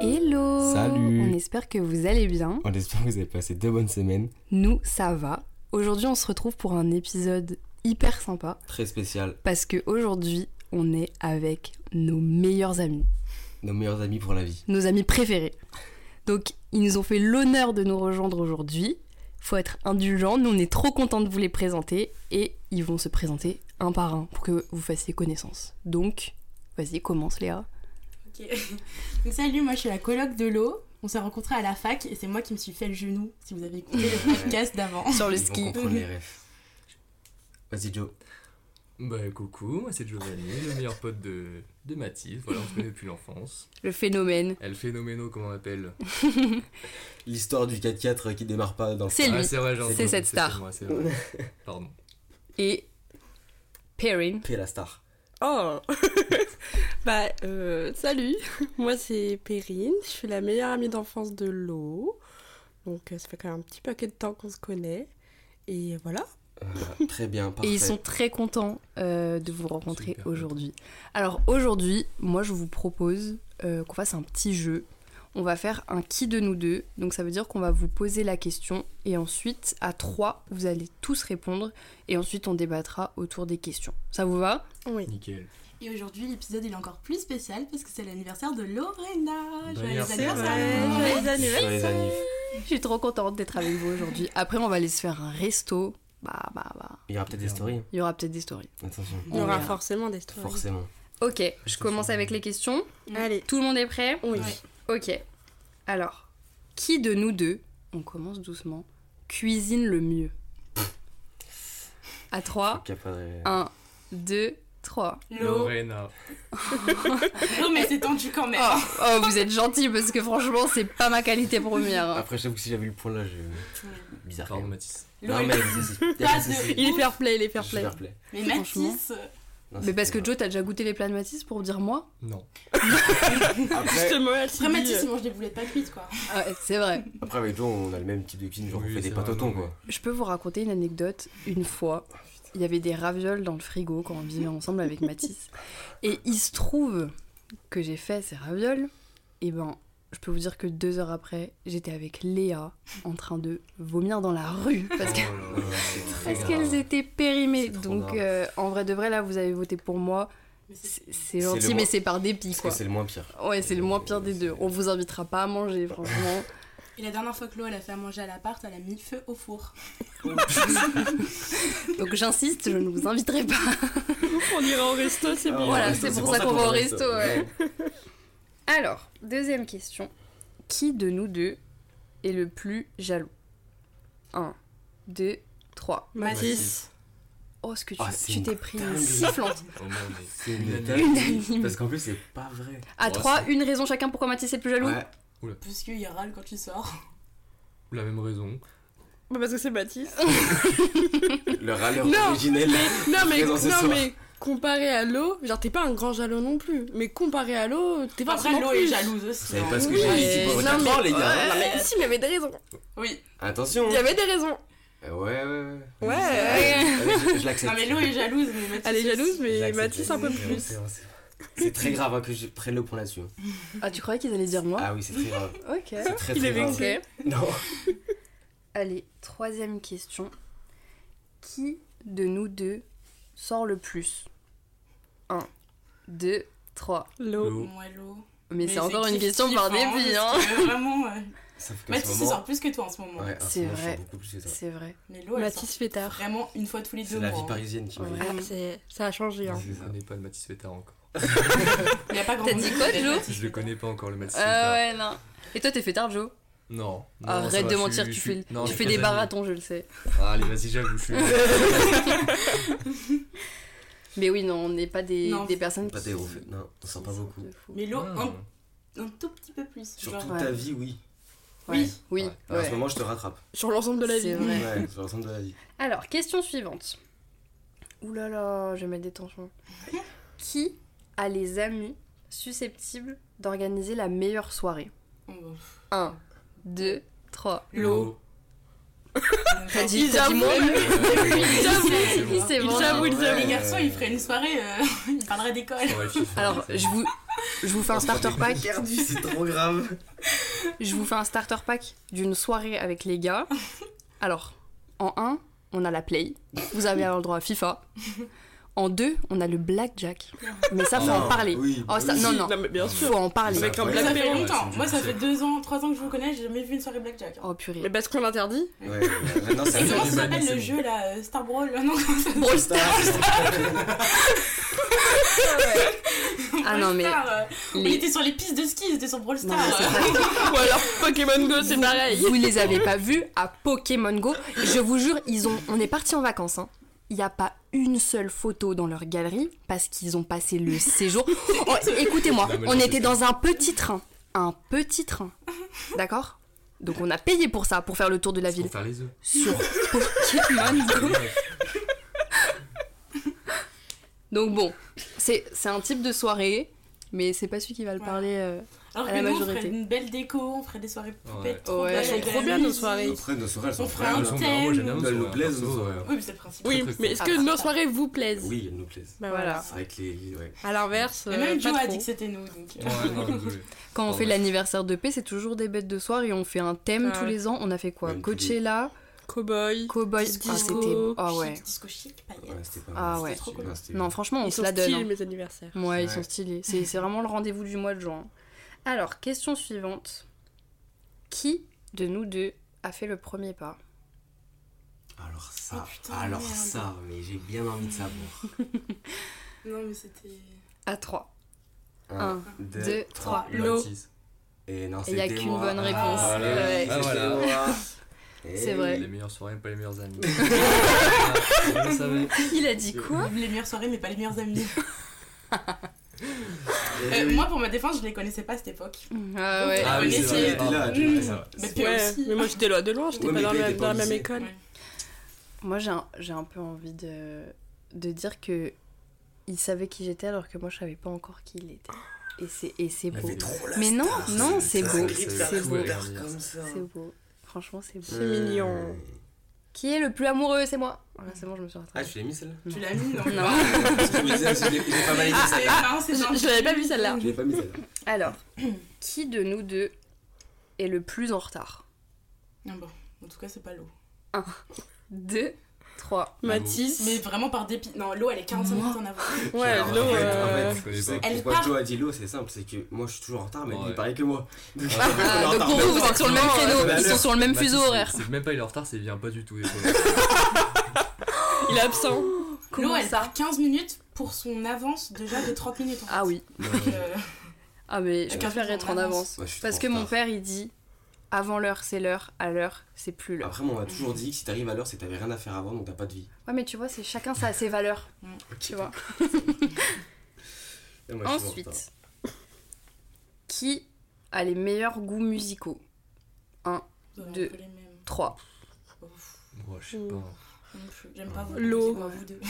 Hello Salut. On espère que vous allez bien. On espère que vous avez passé deux bonnes semaines. Nous, ça va. Aujourd'hui, on se retrouve pour un épisode hyper sympa Très spéciales. parce que aujourd'hui, on est avec nos meilleurs amis, Nos meilleurs amis pour la vie. nos amis préférés. Donc, ils nous ont fait l'honneur de nous rejoindre aujourd'hui. Faut être indulgent, nous on est trop contents de vous les présenter et ils vont se présenter un par un pour que vous fassiez connaissance. Donc, vas-y, commence Léa. Ok. Donc, salut, moi je suis la coloc de l'eau. On s'est rencontrés à la fac et c'est moi qui me suis fait le genou, si vous avez écouté le podcast d'avant. Sur le Ils vont ski. comprendre les refs. Vas-y Joe. Bah coucou, moi c'est Giovanni, le meilleur pote de, de Mathilde, voilà, on se connaît depuis l'enfance. Le phénomène. Elle phénoméno, comment on appelle L'histoire du 4x4 qui démarre pas dans C'est lui. Ah c'est vrai, j'ai entendu, C'est cette star. moi, c'est vrai. Pardon. Et Perrine. P la star. Oh Bah, euh, salut Moi, c'est Perrine, je suis la meilleure amie d'enfance de l'eau. Donc, euh, ça fait quand même un petit paquet de temps qu'on se connaît. Et voilà. Euh, très bien, parfait. Et ils sont très contents euh, de vous rencontrer Super. aujourd'hui. Alors aujourd'hui, moi je vous propose euh, qu'on fasse un petit jeu. On va faire un qui de nous deux. Donc ça veut dire qu'on va vous poser la question et ensuite à trois, vous allez tous répondre et ensuite on débattra autour des questions. Ça vous va Oui. Nickel. Et aujourd'hui, l'épisode il est encore plus spécial parce que c'est l'anniversaire de Lorena. Bon Joyeux anniversaire. anniversaire. Joyeux Sur les anniversaire. annives. Je suis trop contente d'être avec vous aujourd'hui. Après on va aller se faire un resto. Bah bah bah. Il y aura peut-être des stories. hein. Il y aura peut-être des stories. Attention. Il y aura Ouais. forcément des stories. Forcément. Ok, je commence avec les questions. Allez, Tout le monde est prêt oui. Ouais. Ok. Alors, qui de nous deux, on commence doucement, cuisine le mieux À 3, Donc, il y a pas de- 1, 2, 3. L'eau. Lorena. L'eau, mais c'est tendu quand même. Oh, oh, vous êtes gentil parce que franchement, c'est pas ma qualité première. hein. Après, j'avoue que si j'avais eu le point là, je. Bizarre. quand Pardon même. Mathis. L'eau, Non, mais elle- vas-y, vas-y. Y a Pas pas de de- souci. Il est fair play, il est Ah. Je fair suis play. fair play. Mais Franchement. Mathis, euh, Non, Mais c'est parce pas que Joe, t'as déjà goûté les plats de Matisse pour dire moi Non. grave. Après, Justement, elle s'est après dit, Mathis, euh, il mange des boulettes pas cuites quoi. Ah, C'est vrai. après, avec Joe, on a le même type de cuisine, genre Oui, on fait des c'est pâtes au vrai, thon non, quoi. Je peux vous raconter une anecdote. Une fois, Oh, il y avait des ravioles dans le frigo quand on vivait ensemble avec Mathis. Et il se trouve que j'ai fait ces ravioles. Et ben, je peux vous dire que deux heures après, j'étais avec Léa en train de vomir dans la rue parce que- Oh là là. C'est très parce grave. qu'elles étaient périmées. C'est trop Donc, grave. euh, en vrai de vrai, là, vous avez voté pour moi. Mais c'est- C'est- C'est le gentil, moins- mais c'est par dépit, Parce que quoi. c'est le moins pire. Ouais, c'est le moins pire des deux. C'est- On vous invitera pas à manger, franchement. Et la dernière fois que l'eau, elle a fait à manger à l'appart, elle a mis le feu au four. Donc, j'insiste, je ne vous inviterai pas. on ira au resto, c'est Ah, bon. au Voilà, resto, c'est pour ça qu'on va au resto, ouais. Ouais. Alors, deuxième question. Qui de nous deux est le plus jaloux 1, 2, 3. Mathis. Oh, ce que tu Ah, c'est tu une t'es pris une dinguerie. sifflante. Oh merde, mais C'est une une année. dinguerie. Unanime. Parce qu'en plus, c'est pas vrai. À Ouais, 3, une raison chacun pourquoi Mathis est le plus jaloux Oh, Ouais. Parce qu'il râle quand tu sors. La même raison. Bah, parce que c'est Mathis. Le râleur Non. originel. non, mais, Présent ce non, soir. mais comparé à l'eau, genre, t'es pas un grand jaloux non plus. Mais comparé à l'eau, t'es pas Après, vraiment l'eau est plus. jalouse Vous aussi. savez hein. pas ce que Oui. j'ai ici pour Non, quatre mais- ans, les Ah, gars. Ouais, mais si, mais il y avait des raisons. Oui. Attention. Il y avait des raisons. Euh, Ouais, ouais, ouais. Ouais. Allez, je- Je Non, l'accepte. mais l'eau est jalouse, mais Mathis. Elle est aussi. jalouse, Je mais l'accepte, Mathis un peu je- plus. c'est- c'est- C'est très grave hein, que je prenne le point là-dessus. hein. Ah, tu croyais qu'ils allaient dire moi Ah oui, c'est très grave. Ok. C'est très, Il très est grave. vexé. Non. Allez, troisième question. Qui de nous deux sort le plus 1, 2, 3. L'eau. L'eau. Moi, l'eau. Mais, c'est encore une kiff, question kiff, par débit, hein parce que Vraiment. euh, Sauf qu'à Mathis, ce il sort moment. plus que toi en ce moment. Ouais, à ce C'est moment, je vrai. sors beaucoup plus que ça. C'est vrai. Mais l'eau, elle sort Mathis Fétard. vraiment une fois tous les deux C'est la vie mois. hein. parisienne qui m'a Ouais. Ah, c'est- ça a changé. Hein. Je ne connais pas le Mathis Fétard encore. hein. Il y a pas grand T'as monde dit qui quoi, fait Joe Mathis. Je le connais pas encore le Mathis Ah Fétard. ouais, non. Et toi, t'es fait tard, Joe Non. non, ça Arrête de va, je suis- mentir, je tu suis- fais, non, tu je fais suis des pas marathons, je le sais. ami. Ah, allez, vas-y, j'avoue, je suis. Ah, Mais oui, non, on n'est pas des, Non. des personnes Pas qui- des reflets. Non, on sort pas qui beaucoup. sortent de fou. Mais l'eau, Ah. un, un tout petit peu plus. Sur genre. toute Ouais. ta vie, oui. Ouais. Oui, Mais En ouais. ce moment, je te rattrape. Sur l'ensemble de la C'est vie. vrai. Ouais. Ouais, sur l'ensemble de la vie. Alors, question suivante. Ouh là là, je vais mettre des tensions. Qui a les amis susceptibles d'organiser la meilleure soirée Oh, bah. 1, 2, 3. L'eau. T'as dit, Il t'as dit avoue. moi C'est J'avoue. bon. Il s'est Il vendu. s'avoue, il Ouais. s'avoue. Les garçons, ils feraient une soirée, euh, ils parleraient d'école. Ouais, je suis fort, Alors, c'est- je vous, je vous fais un starter pack. Perdu, c'est trop grave. Je vous fais un starter pack d'une soirée avec les gars. Alors, en 1, on a la play. Vous avez alors le droit à FIFA. En 2, on a le blackjack. Mais ça, faut en Ah, parler. Oui. Oh, ça, oui. non, non, Non, mais bien sûr. faut en parler. Avec un Ouais. Ça black fait Mirror. longtemps. Ouais, Moi, ça c'est- fait deux ans, trois ans que je vous connais, j'ai jamais vu une soirée blackjack. Oh Mais purée. parce qu'on l'interdit Ouais, ouais, ouais. Non, ça Et fait comment du ça mal, s'appelle c'est le bon. jeu là euh, Star Brawl Non, comment ça Brawl Star, Ah non, mais Star, euh, On les- était sur les pistes de ski, c'était sur Brawl Non, Stars. mais c'est pas- Ah. Ou alors Pokémon Go, c'est pareil. Vous les avez pas vus à Pokémon Go. Je vous jure, ils ont. On est parti en vacances. hein. Il n'y a pas une seule photo dans leur galerie parce qu'ils ont passé le séjour. Oh, Écoutez-moi, Non, mais on non, était c'est- dans un petit train, un petit train, d'accord Donc on a payé pour ça, pour faire le tour de la c'est ville Pour faire les œufs. sur Pokémon Go. Donc bon, c'est c'est un type de soirée, mais c'est pas celui qui va le Ouais. parler. euh. Alors à que la nous, on majorité. ferait une belle déco, on ferait des soirées Ouais. poupettes. trop Ouais. belles, Elles sont avec de trop la bien, nos musique. soirées. Après, nos soirées, elles sont On fera frères. un Elles sont vraiment- thème. moi, j'aime bien nos Elles nous soirées, plaisent, perso, nos ouais. soirées. Oui, mais c'est le principe. Oui, Très, très mais est-ce que cool. nos soirées vous plaisent Oui, elles nous plaisent. Bah Voilà. voilà. C'est vrai que les. Ouais. À l'inverse, Et euh, même pas Joe a trop. dit que c'était nous. donc, euh, Ouais, non, désolé. Quand on Oh, fait ouais. l'anniversaire de paix, c'est toujours des bêtes de soir et on fait un thème Ah tous ouais. les ans. On a fait quoi Même tous les- Coachella, Cowboy. Cowboy, Disco. ah c'était. Ah chic, ouais. Disco chic, paillettes. Ouais, c'était pas Ah ouais. c'était Trop cool. non, c'était- Non, franchement, on Ils se sont la donne. stylés, hein. mes anniversaires. Ouais, ils Ouais. sont stylés. C'est c'est vraiment le rendez-vous du mois de juin. Alors, question suivante. Qui de nous deux a fait le premier pas Alors ça, Oh, putain, alors merde. ça, mais j'ai bien envie de savoir. Non, mais c'était. À 3. Un, Un, deux, trois. Le L'eau. Matisse. Et non, Et il y a c'était qu'une moi. bonne Ah, réponse. Euh, voilà. Ouais. Ah, voilà. C'était moi. C'est Eh vrai. Les meilleures soirées, pas les meilleurs amis. Ah, on le savait. Il a dit quoi Hein Les meilleures soirées, mais pas les meilleurs amis. oui. Eh Euh, oui. Moi, pour ma défense, je les connaissais pas à cette époque. Ah ouais. Ah oui, c'est Connaissez- vrai. Mm. T'es là, tu Mmh. vois, ça. Mais puis Ouais, aussi. mais moi j'étais loin de loin, j'étais Ouais, pas mais dans, t'étais la- pas dans la au même lycée. école. Ouais. Moi, j'ai un, j'ai un peu envie de, de dire que il savait qui j'étais alors que moi, je savais pas encore qui il était. Et c'est- Et c'est Mais beau. Mais trop la Mais non, star, non, c'est ça, beau, grippe, c'est ça, beau. couleur comme ça. C'est beau. Franchement, c'est beau. C'est mignon. Mmh. Qui est le plus amoureux C'est moi. Ouais, c'est bon, je me suis Ah, rattrapée. tu l'as mis celle-là Tu l'as mis, non Non. Parce Ah, que je me disais, parce que j'ai j'ai pas validé C'est bah, celle-là. marrant, c'est Je, gentil. je l'avais pas vu celle-là. Je l'ai pas mis celle-là. Alors, qui de nous deux est le plus en retard Non, bon. En tout cas, c'est pas l'eau. 2, 3. Mais Matisse. vraiment par dépit. Non, l'eau, elle est 45 minutes en avance. Ouais, Alors, en l'eau. fait, euh, en fait, Je tu sais connais pas. Elle pourquoi part. Joe a dit l'eau, c'est simple, c'est que moi je suis toujours en retard, mais lui, il Ouais. paraît que moi. Donc, Ah, on est en donc retard pour de vous, vous êtes sur le même Forcément, créneau, euh, ils sont sur le même Matisse, fuseau c'est- horaire. C'est même pas il est en retard, c'est il vient pas du tout. des fois. Il est Oh, absent. L'eau, elle part 15 minutes pour son avance déjà de 30 minutes. En fait. Ah oui. Ouais. Euh, Ah mais je Ouais. préfère être en avance. Ouais, je suis Parce trop que en mon retard. père, il dit avant l'heure, c'est l'heure, à l'heure, c'est plus l'heure. Après, on m'a toujours dit que si t'arrives à l'heure, c'est que t'avais rien à faire avant, donc t'as pas de vie. Ouais, mais tu vois, c'est chacun ça a ses valeurs, tu vois. Et moi, je suis toujours en retard. Ensuite, qui a les meilleurs goûts musicaux on Deux. peut les mêmes. 3. Ouf, Ouais, je sais pas. non plus. J'aime pas vous. L'eau. Moi, vous deux.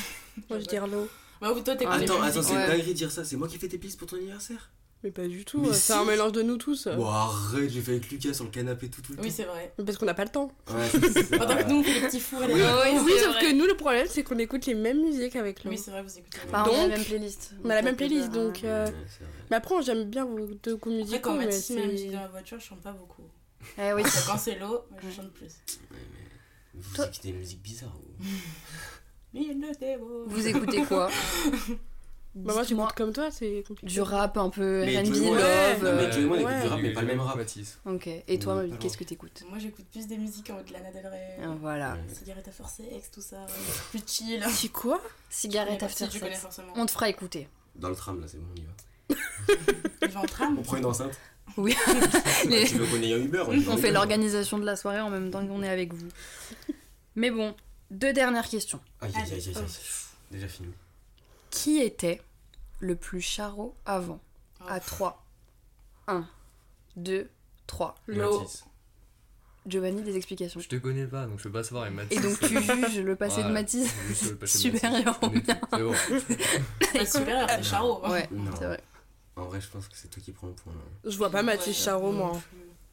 Moi je dirais l'eau. Bah, vous, toi, t'es pas les Attends, mêmes. attends, c'est Ouais. dingue de dire ça, c'est moi qui ai fait tes pistes pour ton anniversaire Mais pas du tout, Mais euh, si. c'est un mélange de nous tous. Bon, arrête, j'ai fait avec Lucas sur le canapé tout, tout le Oui, temps. c'est vrai. Mais Parce qu'on n'a pas le temps. Ouais, c'est- c'est- Pendant que nous, on fait les petits fours et les Oui, Oui, sauf que nous, le problème, c'est qu'on écoute les mêmes musiques avec l'eau. Oui, c'est vrai, vous écoutez. les Bah, mêmes. on a Donc, la même playlist. on a la même playlist, donc, Ouais, euh, c'est vrai. Mais après, j'aime bien vos deux goûts Après, musicaux, quand mais Mathis met la musique c'est... Bah, dans la voiture, je chante pas beaucoup. Eh oui. Parce que Quand c'est l'eau, je chante plus. Vous Toi- écoutez des musiques bizarres. vous. Mille de tes mots. Vous écoutez quoi Bah moi, Dites-moi. j'écoute comme toi, c'est compliqué. Du rap un peu Mais R&B, tout le love. monde- Ouais. Non, mais Euh, Joe et moi, on écoute ouais. du rap, mais pas le même rap. Matisse. Ok. Et toi, Oui, Marie, alors. qu'est-ce que t'écoutes Euh, Moi, j'écoute plus des musiques en mode Lana Del Rey. Ah Voilà. Ouais. Cigarette à force ex, tout ça. ouais, Plus chill. C'est quoi Cigarette Mais si, after tu connais sex. forcément. On te fera écouter. Dans le tram, là, c'est bon, on y va. Il va en tram. On prend une enceinte. Oui. Bah, Tu veux qu'on ait un Uber On fait l'organisation de la soirée en même temps qu'on est avec vous. Mais bon, deux dernières questions. Aïe, aïe, aïe, aïe, aïe. Allez. Déjà fini. Qui était le plus charot avant À 3. 1, 2, 3. L'eau. Matisse. Giovanni, des explications. Je te connais pas, donc je peux pas savoir. Et Matisse. Et donc tu juges le passé de Voilà. Mathis Juste le passé de Matisse. supérieur au On est mien. tout. C'est bon. Ah, super, c'est Charo. Ouais, Non. c'est vrai. En vrai, je pense que c'est toi qui prends le point. là. Je vois pas Mathis Charot, moi.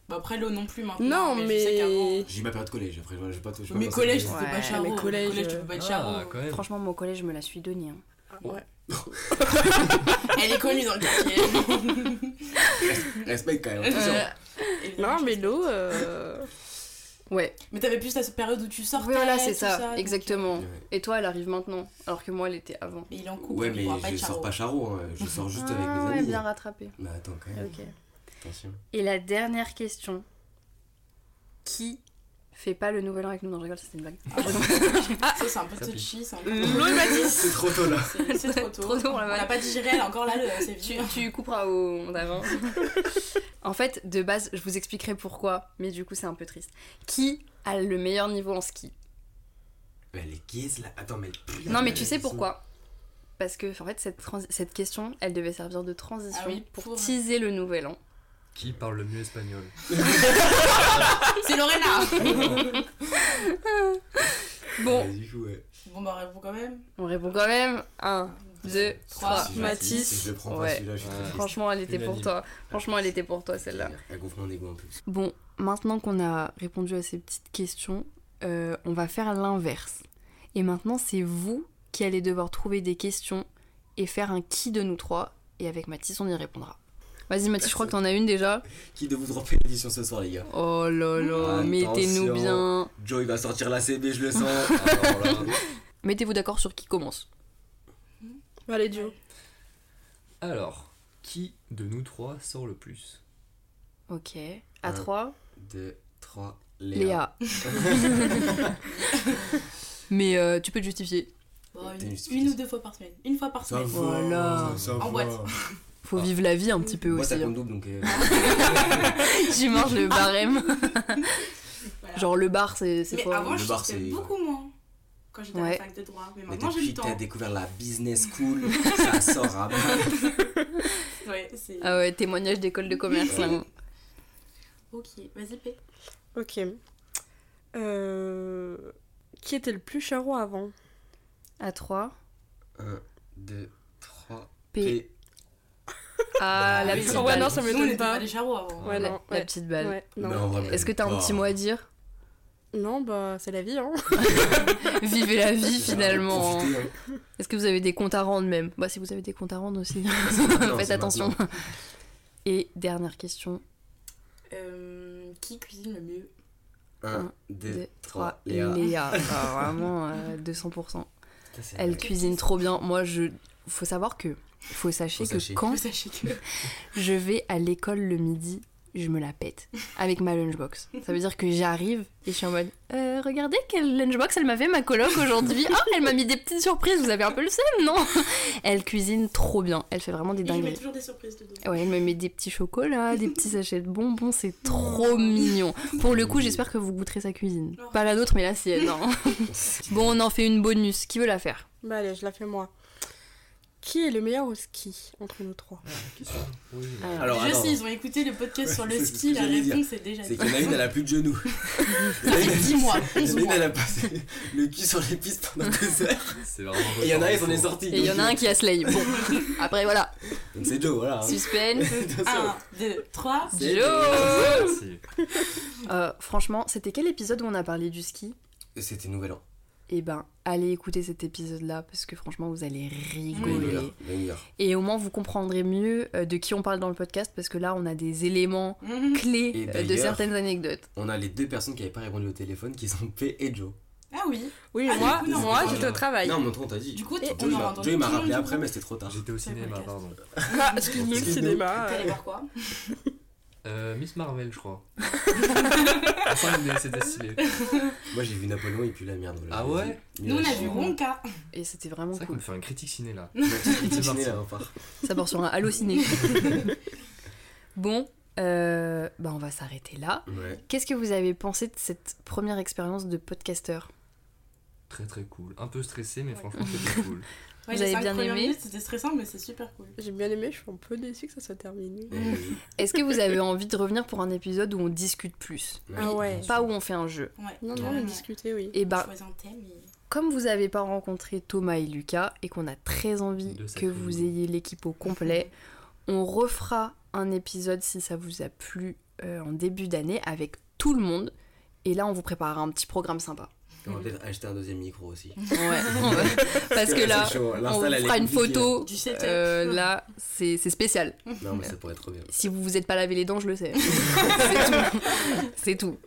Bah, après, l'eau non plus maintenant. Non, je sais qu'avant, mais. J'ai eu ma période collège, après, je vais pas tout. je vais Mais pas collège, passer- c'était Ouais, pas charro. mais collège, collège, tu euh, peux pas être Ah, charro. quand même. Franchement, mon collège, je me la suis donnée. hein. Ouais. Elle est connue dans le quartier. Respecte quand même, attention. Euh, Non, mais l'eau. euh, Ouais, Mais t'avais plus cette période où tu sortais. Oui, voilà, c'est tout ça, donc- exactement. Ouais. Et toi, elle arrive maintenant, alors que moi, elle était avant. Mais il est en couple, Ouais, il pourra mais pas je être sors charro. pas charo, hein, je sors juste avec mes Ah ouais, amis. bien rattrapé. Mais attends, quand même, Ok. attention. Et la dernière question. Qui fait pas le nouvel an avec nous Non, je rigole, c'était une blague. Ah, Ça, c'est un peu Ça pique. touchy, c'est un peu. L'eau et Mathis C'est trop tôt là. C'est c'est trop tôt. Trop tôt, on on l'a l'a pas digéré, elle est encore là, le- c'est vieux. Tu couperas au montage. hein. en fait, de base, je vous expliquerai pourquoi, mais du coup, c'est un peu triste. Qui a le meilleur niveau en ski Mais elle est gaze là. Attends, mais elle pue, là, Non, mais elle tu est sais gaze. pourquoi Parce que, en fait, cette, transi- cette question, elle devait servir de transition Ah oui, pour, pour- teaser le nouvel an. Qui parle le mieux espagnol C'est Lorena Bon, Ouais, du coup, ouais. Bon, bah, réponds quand même. on répond quand même. 1, 2, Trois. 3. Si je- Mathis. Si je prends pas Ouais. celui-là, je suis Ouais. très triste. Franchement, elle était pour Unanime. toi. Franchement, elle était pour toi, celle-là. Elle gonfle mon égo en plus. Bon, maintenant qu'on a répondu à ces petites questions, euh, on va faire l'inverse. Et maintenant, c'est vous qui allez devoir trouver des questions et faire un qui de nous trois. Et avec Mathis, on y répondra. Vas-y Mathis, je crois que t'en as une déjà. Qui de vous trois fait l'édition ce soir, les gars Oh là là, Attention. mettez-nous bien. Joe, il va sortir la CB, je le sens. Alors là, Mettez-vous d'accord sur qui commence. Allez, Joe. Alors, qui de nous trois sort le plus Ok. Un. À 3, 2, 3, Euh, Léa. Léa. Mais euh, tu peux te justifier. Bon, T'as une, une une justification. ou deux fois par semaine. Une fois par Ça semaine. va, Voilà. ça va. En boîte. Ah, Faut Ah. vivre la vie un petit peu Moi, aussi. ça hein. compte double donc. euh, Tu manges le barème. Voilà. Genre le bar, c'est c'est mais quoi avant, Le je bar, sortais c'est- beaucoup moins. Quand j'étais à Ouais. la fac de droit. Mais Mais maintenant, j'ai depuis du que t'as temps. découvert la business school, ça sort hein. à balle. Ouais, c'est. Ah ouais, témoignage d'école de commerce là. Ok, vas-y, P. Ok. Euh, Qui était le plus charrot avant À 3. 1, 2, 3, P. P. Ah, la oui, petite c'est ouais, balle. non, ça Nous, on m'étonne était pas. pas des charros avant. Ouais, La- non. La ouais. petite balle. Ouais, non. Non, vraiment, Est-ce que t'as un pas. petit mot à dire Non, bah, c'est la vie, hein. Vivez la vie Ça, finalement. profitez, hein. Est-ce que vous avez des comptes à rendre même Bah si vous avez des comptes à rendre aussi, maintenant, faites hein. c'est attention. Et dernière question. Euh, qui cuisine le mieux Un, Un, deux, 3. trois, Léa. Léa. Ah, vraiment euh, 200%. Putain, c'est Elle vrai. cuisine trop bien. Moi je... Faut savoir que... Faut sachez Faut que sachez. Vous quand sachez que. je vais à l'école le midi, je me la pète avec ma lunchbox. Ça veut dire que j'arrive et je suis en mode Euh, Regardez quelle lunchbox elle m'a fait ma coloc aujourd'hui. Oh, elle m'a mis des petites surprises, vous avez un peu le seum, non Elle cuisine trop bien, elle fait vraiment des Et je mets dingueries. toujours des surprises dedans. Ouais, elle me met des petits chocolats, des petits sachets de bonbons, c'est trop mignon. Pour le coup, j'espère que vous goûterez sa cuisine. Pas la nôtre, mais la sienne. hein. Bon, on en fait une bonus. Qui veut la faire Bah, allez, je la fais moi. Qui est le meilleur au ski entre nous trois Ah. Oui. Alors, je attends, sais, ils ont écouté le podcast sur le C'est ce ski, que la j'allais dire. réponse est déjà C'est dit. qu'il y en a une, elle a plus de genoux. Ça fait 10 mois, Il 11 y en a une, mois. elle a passé le cul sur les pistes pendant deux heures. C'est vraiment. Et il y en a un, un, ils en est sorti. Et il y en a un qui a slay. Bon, après voilà. Donc c'est Joe, voilà. hein. Suspense. Attention. 1, 2, 3. Ah. C'est- Joe Merci. Euh, franchement, c'était quel épisode où on a parlé du ski C'était hein. Nouvel An. Eh ben, allez écouter cet épisode-là parce que franchement, vous allez rigoler. Meilleur, meilleur. Et au moins, vous comprendrez mieux euh, de qui on parle dans le podcast parce que là, on a des éléments Et Mhm. clés euh, de d'ailleurs- certaines anecdotes. On a les deux personnes qui n'avaient pas répondu au téléphone qui sont P et Joe. Ah oui. Oui, mais Ah, moi, du coup, non. moi Non, j'étais au non. travail. Non, mais on t'a dit. Du coup, Et on Joe, il aura m'a- entendu. Joe, il m'a tout le rappelé monde après, du mais c'était trop tard. J'étais au cinéma, podcast. pardon. Ah, excuse-nous le Excuse-nous. cinéma. groupe. T'allais voir quoi Euh, Miss Marvel, je crois. Ah, ça, mais c'était stylé. Moi, j'ai vu Napoléon, il pue la merde. voilà. Ah ouais Nous, on a vu Ouais. Ronca. Et c'était C'est vraiment vrai qu'on cool. fait un critique ciné là. On a petit parti. dîner, là, on part. Ça part sur un halluciné. bon, euh, bah, on va s'arrêter là. Ouais. Qu'est-ce que vous avez pensé de cette première expérience de podcasteur Très très cool. Un peu stressé, mais franchement, c'était cool. Ouais, Vous les avez cinq bien premières aimé minutes, C'était stressant, mais c'est super cool. J'ai bien aimé, je suis un peu déçue que ça soit terminé. Et- ouais. Est-ce que vous avez envie de revenir pour un épisode où on discute plus Ah ouais. Pas où on fait un jeu. Ouais. Non, non, on a Carrément. discuté, oui. Et On bah, choisit un thème et- Comme vous n'avez pas rencontré Thomas et Lucas et qu'on a très envie De que sacrés vous noms. ayez l'équipe au complet, on refera un épisode si ça vous a plu euh, en début d'année avec tout le monde. Et là, on vous préparera un petit programme sympa. On va peut-être acheter un deuxième micro aussi. Ouais. on va- Parce que là, c'est chaud. on L'insta, vous elle est fera une compliquée. photo. Du setup. euh, là, c'est c'est spécial. Non, mais ça pourrait être trop bien. Si vous vous êtes pas lavé les dents, je le sais. c'est tout. C'est tout.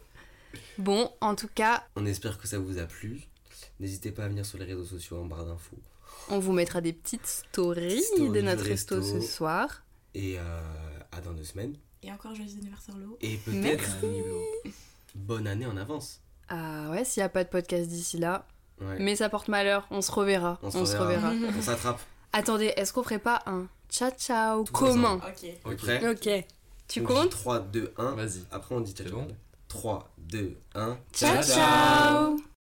Bon, en tout cas, On espère que ça vous a plu. N'hésitez pas à venir sur les réseaux sociaux en barre d'infos. on vous mettra des petites stories Stories de du notre resto ce resto. soir. Et euh, à dans deux semaines. Et encore joyeux anniversaire Lo. Et peut-être bonne année en avance. Ah ouais, s'il n'y a pas de podcast d'ici là. Ouais. Mais ça porte malheur, on se reverra. On se on se reverra. reverra. On s'attrape. Attendez, est-ce qu'on ferait pas un ciao ciao Tout commun Ok. Ok. Ok. Tu comptes 3, 2, 1. Vas-y. Après, on dit C'est ciao. bon 3, 2, 1. Ciao ciao